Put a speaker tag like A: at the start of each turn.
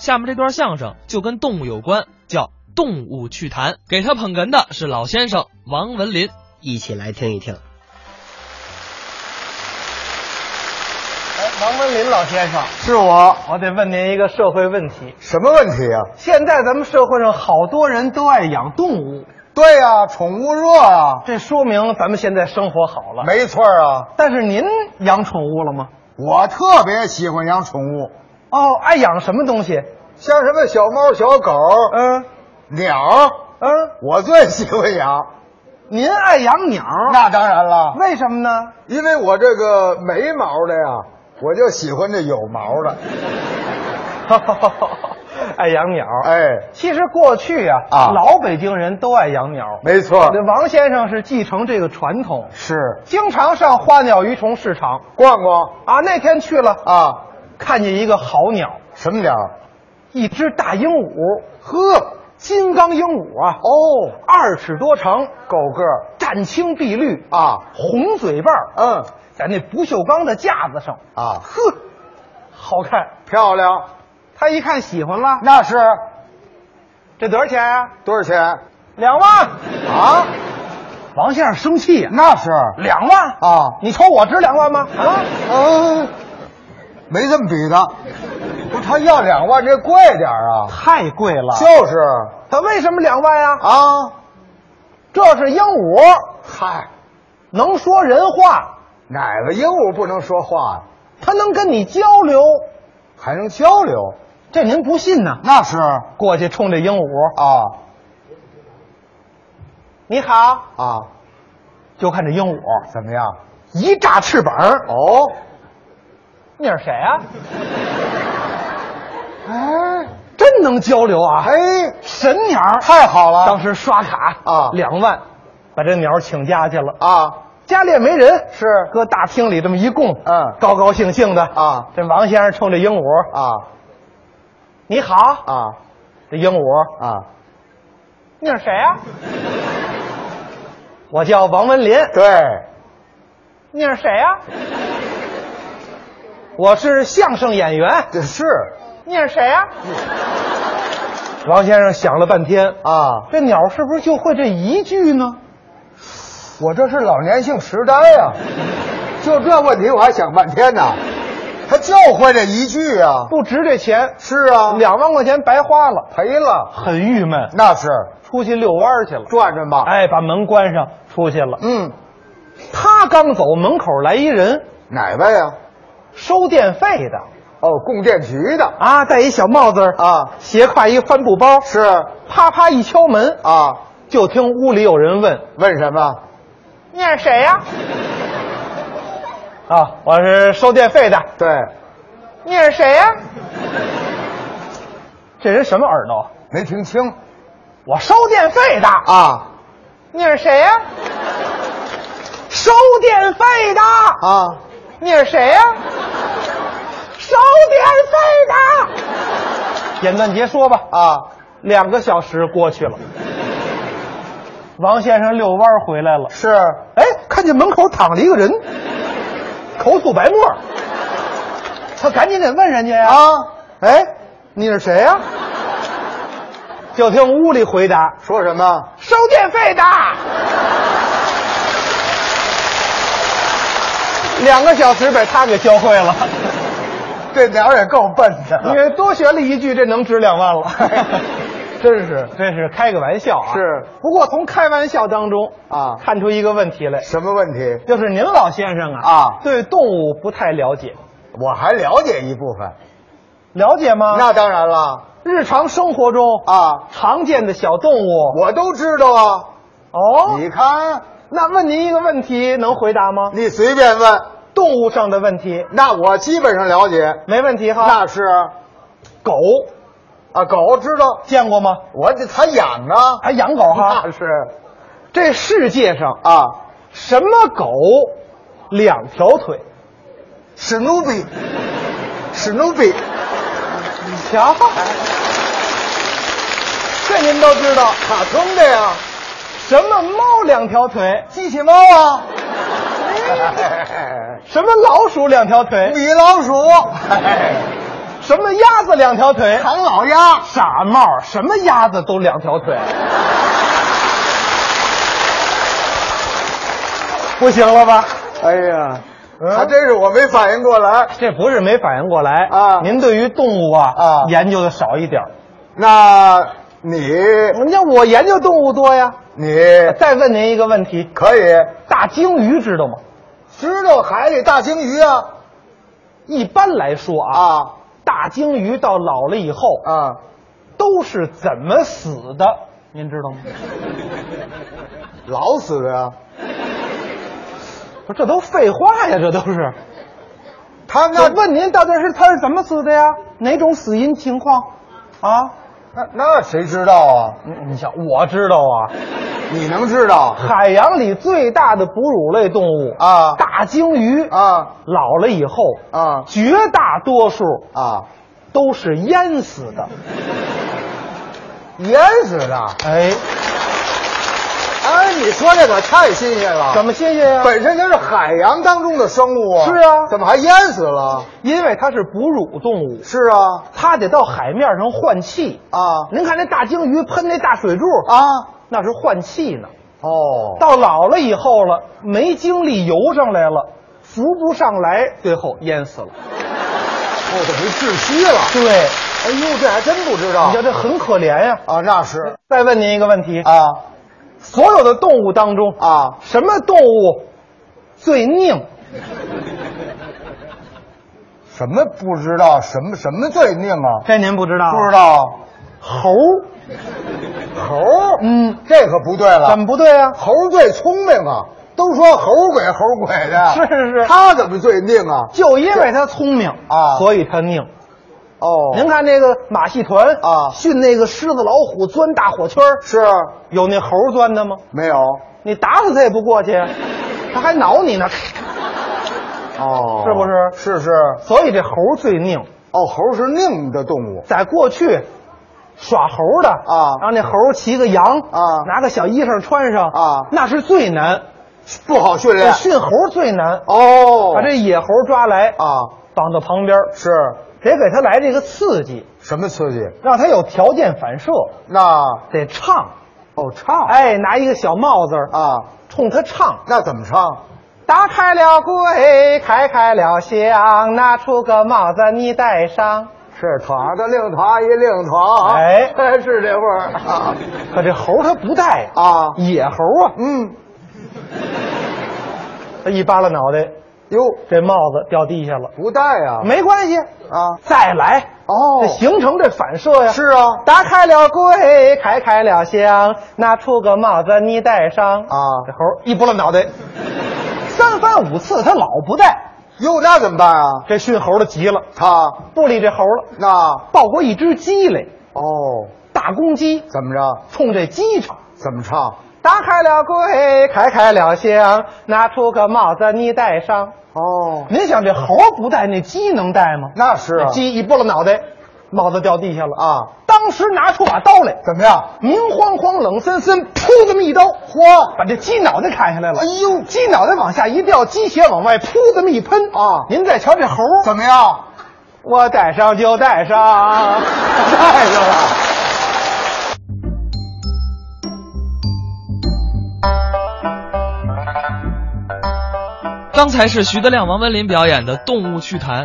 A: 下面这段相声就跟动物有关，叫《动物趣谈》，给他捧哏的是老先生王文林。
B: 一起来听一听。
C: 哎，王文林老先生，
D: 是我，
C: 我得问您一个社会问题。
D: 什么问题啊？
C: 现在咱们社会上好多人都爱养动物，
D: 对呀、宠物热啊，
C: 这说明咱们现在生活好了。
D: 没错儿啊。
C: 但是您养宠物了吗？
D: 我特别喜欢养宠物，
C: 哦，爱养什么东西？
D: 像什么小猫、小狗、
C: 嗯
D: 鸟儿，
C: 嗯，
D: 我最喜欢养。
C: 您爱养鸟？
D: 那当然了，
C: 为什么呢？
D: 因为我这个没毛的呀，我就喜欢这有毛的。
C: 嗯爱养鸟。
D: 哎，
C: 其实过去啊，
D: 啊
C: 老北京人都爱养鸟。
D: 没错儿，
C: 那王先生是继承这个传统，
D: 是
C: 经常上花鸟鱼虫市场
D: 逛逛
C: 啊。那天去了，
D: 啊，
C: 看见一个好鸟，
D: 什么鸟？
C: 一只大鹦鹉，
D: 呵，
C: 金刚鹦鹉啊，
D: 哦，
C: 二尺多长，
D: 够个儿
C: 湛青碧绿，
D: 啊，
C: 红嘴巴儿，
D: 嗯
C: 在那不锈钢的架子上，
D: 啊，
C: 呵，好看。
D: 漂亮，
C: 他一看喜欢了，
D: 那是
C: 这多少钱啊？
D: 多少钱？
C: 两万。
D: 啊，
C: 王先生生气呀、
D: 那是
C: 两万
D: 啊
C: 你瞅我值两万吗？啊，
D: 啊，没这么比的，不是他要两万，这贵点儿啊，
C: 太贵了
D: 就是
C: 他为什么两万呀、
D: 啊，
C: 这是鹦鹉，
D: 嗨，
C: 能说人话，
D: 哪个鹦鹉不能说话呀、
C: 它能跟你交流，
D: 还能交流？
C: 这您不信呢？
D: 那是啊
C: 过去冲这鹦鹉，
D: 啊
C: 你好，
D: 啊，
C: 就看这鹦鹉
D: 怎么样？
C: 一炸翅膀，
D: 哦，
C: 你是谁啊？
D: 哎
C: 真能交流啊！
D: 嘿，
C: 神鸟，
D: 哎太好了，
C: 当时刷卡
D: 啊
C: 两万，把这鸟请家去了。
D: 啊，
C: 家里也没人，
D: 是
C: 搁大厅里这么一供，
D: 嗯
C: 高高兴兴的
D: 啊。
C: 这王先生冲这鹦鹉，
D: 啊
C: 你好，
D: 啊
C: 这鹦鹉，
D: 啊，
C: 你是谁啊？ 我叫王文林，
D: 对，
C: 你是谁啊？我是相声演员，
D: 这是
C: 你是谁啊？王先生想了半天，
D: 啊，
C: 这鸟是不是就会这一句呢？
D: 我这是老年性痴呆呀、就这问题我还想半天呢，他就会这一句啊。
C: 不值这钱，
D: 是啊，
C: 两万块钱白花了，
D: 赔了，
C: 很郁闷，
D: 那是
C: 出去遛弯儿去了。
D: 转转吧。
C: 哎，把门关上，出去了。
D: 嗯，
C: 他刚走，门口来一人，
D: 哪位啊？
C: 收电费的
D: 哦，供电局的
C: 啊，戴一小帽子儿，
D: 啊，
C: 斜挎一帆布包，
D: 是
C: 啪啪一敲门，
D: 啊。
C: 就听屋里有人问
D: 问什么？：“
C: 你是谁呀、啊？”我是收电费的。
D: 对，
C: 你是谁呀、 这人什么耳朵？
D: 没听清
C: 我收电费的。
D: 啊
C: 你是谁呀、收电费的。
D: 啊！
C: 你是谁呀、收电费的。简短截说吧。
D: 啊，
C: 两个小时过去了，王先生遛弯儿回来了。
D: 是
C: 哎，看见门口躺着一个人，口吐白沫儿，他赶紧得问人家呀。
D: 啊。
C: 哎，你是谁呀、就听屋里回答
D: 说什么：“？
C: 收电费的。”两个小时把他给教会了，
D: 这鸟也够笨
C: 因
D: 的。
C: 为多学了一句，这能值两万 了。
D: 真是
C: 这是开个玩笑啊！
D: 是
C: 不过从开玩笑当中
D: 啊
C: 看出一个问题来，
D: 什么问题？
C: 就是您老先生啊
D: 啊
C: 对动物不太了解，
D: 我还了解一部分。
C: 了解吗？
D: 那当然了
C: 日常生活中
D: 啊，
C: 常见的小动物
D: 我都知道啊。
C: 哦，
D: 你看，
C: 那问您一个问题，能回答吗？
D: 你随便问，
C: 动物上的问题
D: 那我基本上了解。
C: 没问题哈。
D: 那是
C: 狗
D: 啊，狗知道，
C: 见过吗？
D: 我这才养啊。
C: 还养狗哈？
D: 那是
C: 这世界上
D: 啊，
C: 什么狗两条腿？
D: 史努比，史努比，
C: 你瞧，这您都知道。
D: 卡通的呀，
C: 什么猫两条腿？
D: 机器猫 啊，
C: 什么老鼠两条腿？
D: 米老鼠，
C: 什么鸭子两条 腿？
D: 唐老鸭，
C: 傻帽，什么鸭子都两条 腿。不行了吧？
D: 哎呀，
C: 嗯
D: 还真是我没反应过来。
C: 这不是没反应过来
D: 啊
C: 您对于动物啊
D: 啊
C: 研究的少一点儿。
D: 那你
C: 你看我研究动物多呀。
D: 你
C: 再问您一个问题，
D: 可以
C: 大鲸鱼知道吗？
D: 知道海里大鲸鱼啊
C: 一般来说啊，
D: 啊
C: 大鲸鱼到老了以后
D: 啊！
C: 都是怎么死的？您知道吗？
D: 老死的啊呀。
C: 不是，这都废话呀，这都是。
D: 他
C: 那
D: 那
C: 问您到底是他是怎么死的呀？哪种死因情况？啊？
D: 那那谁知道啊？
C: 你你想，我知道啊，
D: 你能知道
C: 海洋里最大的哺乳类动物
D: 啊
C: 大鲸鱼，
D: 啊
C: 老了以后，
D: 啊
C: 绝大多数
D: 啊！
C: 都是淹死的。
D: 淹死的！
C: 哎，
D: 哎，你说这可太新鲜了。
C: 怎么谢谢呀？
D: 本身它是海洋当中的生物啊。
C: 是啊
D: 怎么还淹死了？
C: 因为它是哺乳动物，
D: 是啊
C: 它得到海面上换气。
D: 啊
C: 您看那大鲸鱼喷那大水柱，
D: 啊！
C: 那是换气呢。
D: 哦，
C: 到老了以后了，没精力游上来了，浮不上来，最后淹死了。
D: 我等于窒息了。
C: 对，
D: 哎呦，这还真不知道
C: 你瞧这很可怜呀、
D: 啊，那是
C: 啊再问您一个问题：
D: 啊
C: 所有的动物当中，
D: 啊，
C: 什么动物最拧？
D: 什么不知道？什么什么罪命啊？
C: 这您不知道？
D: 不知。道。
C: 猴？
D: 猴，
C: 嗯，
D: 这可不对了。
C: 怎么不对啊？
D: 猴最聪明啊？都说猴鬼猴鬼的，
C: 是是是
D: 他怎么最拧啊？
C: 就因为它聪明
D: 啊
C: 所以它拧。
D: 哦
C: 您看那个马戏团
D: 啊
C: 训那个狮子、老虎钻大火圈儿，
D: 是
C: 有那猴钻的吗？
D: 没有？
C: 你打死它也不过去，啊它还挠你呢。
D: 哦
C: 是不是
D: 是是。
C: 所以这猴最拧。
D: 哦，猴是拧的动物。
C: 在过去，耍猴的
D: 啊
C: 让那猴骑个羊
D: 啊
C: 拿个小衣裳穿上
D: 啊
C: 那是最难。
D: 不好训练。
C: 训猴最难，
D: 哦，
C: 把这野猴抓来
D: 啊
C: 绑到旁边儿，
D: 是
C: 得给它来这个刺激，
D: 什么刺激？
C: 让它有条件反射，
D: 那
C: 得唱。
D: 哦唱
C: 哎，拿一个小帽子儿
D: 啊，
C: 冲它唱。
D: 那怎么唱？
C: 打开了柜，开开了箱，拿出个帽子你戴上。
D: 是躺的令躺一令躺，
C: 哎
D: 是这味儿啊
C: 可这猴它不戴呀
D: 啊，
C: 野猴啊，
D: 嗯，
C: 它一扒拉脑袋，
D: 哟，
C: 这帽子掉地下了。
D: 不带呀
C: 没关系，
D: 啊，
C: 再来，
D: 哦
C: 这形成这反射呀。
D: 是啊
C: 打开了柜，开开了箱，拿出个帽子你戴上。
D: 啊
C: 这猴一拨了脑袋，三番五次他老不戴，
D: 哟，那怎么办啊？
C: 这训猴的急了，
D: 他
C: 不理这猴了，
D: 那
C: 抱过一只鸡来，
D: 哦，
C: 大公鸡
D: 怎么着？
C: 冲这鸡唱。
D: 怎么唱？
C: 打开了柜，开开了箱，拿出个帽子你戴上。
D: 哦，
C: 您想这猴不戴，那鸡能戴吗？
D: 那是啊
C: 这鸡一拨了脑袋，帽子掉地下了
D: 啊！
C: 当时拿出把刀来，
D: 怎么样？
C: 明晃晃、冷森森，噗，这么一刀，嚯，把这鸡脑袋砍下来了。
D: 哎呦
C: 鸡脑袋往下一掉，鸡血往外噗，这么一喷
D: 啊
C: 您再瞧这猴，
D: 怎么样？
C: 我戴上就戴 上，戴上了。
A: 刚才是徐德亮、王文林表演的《动物趣谈》。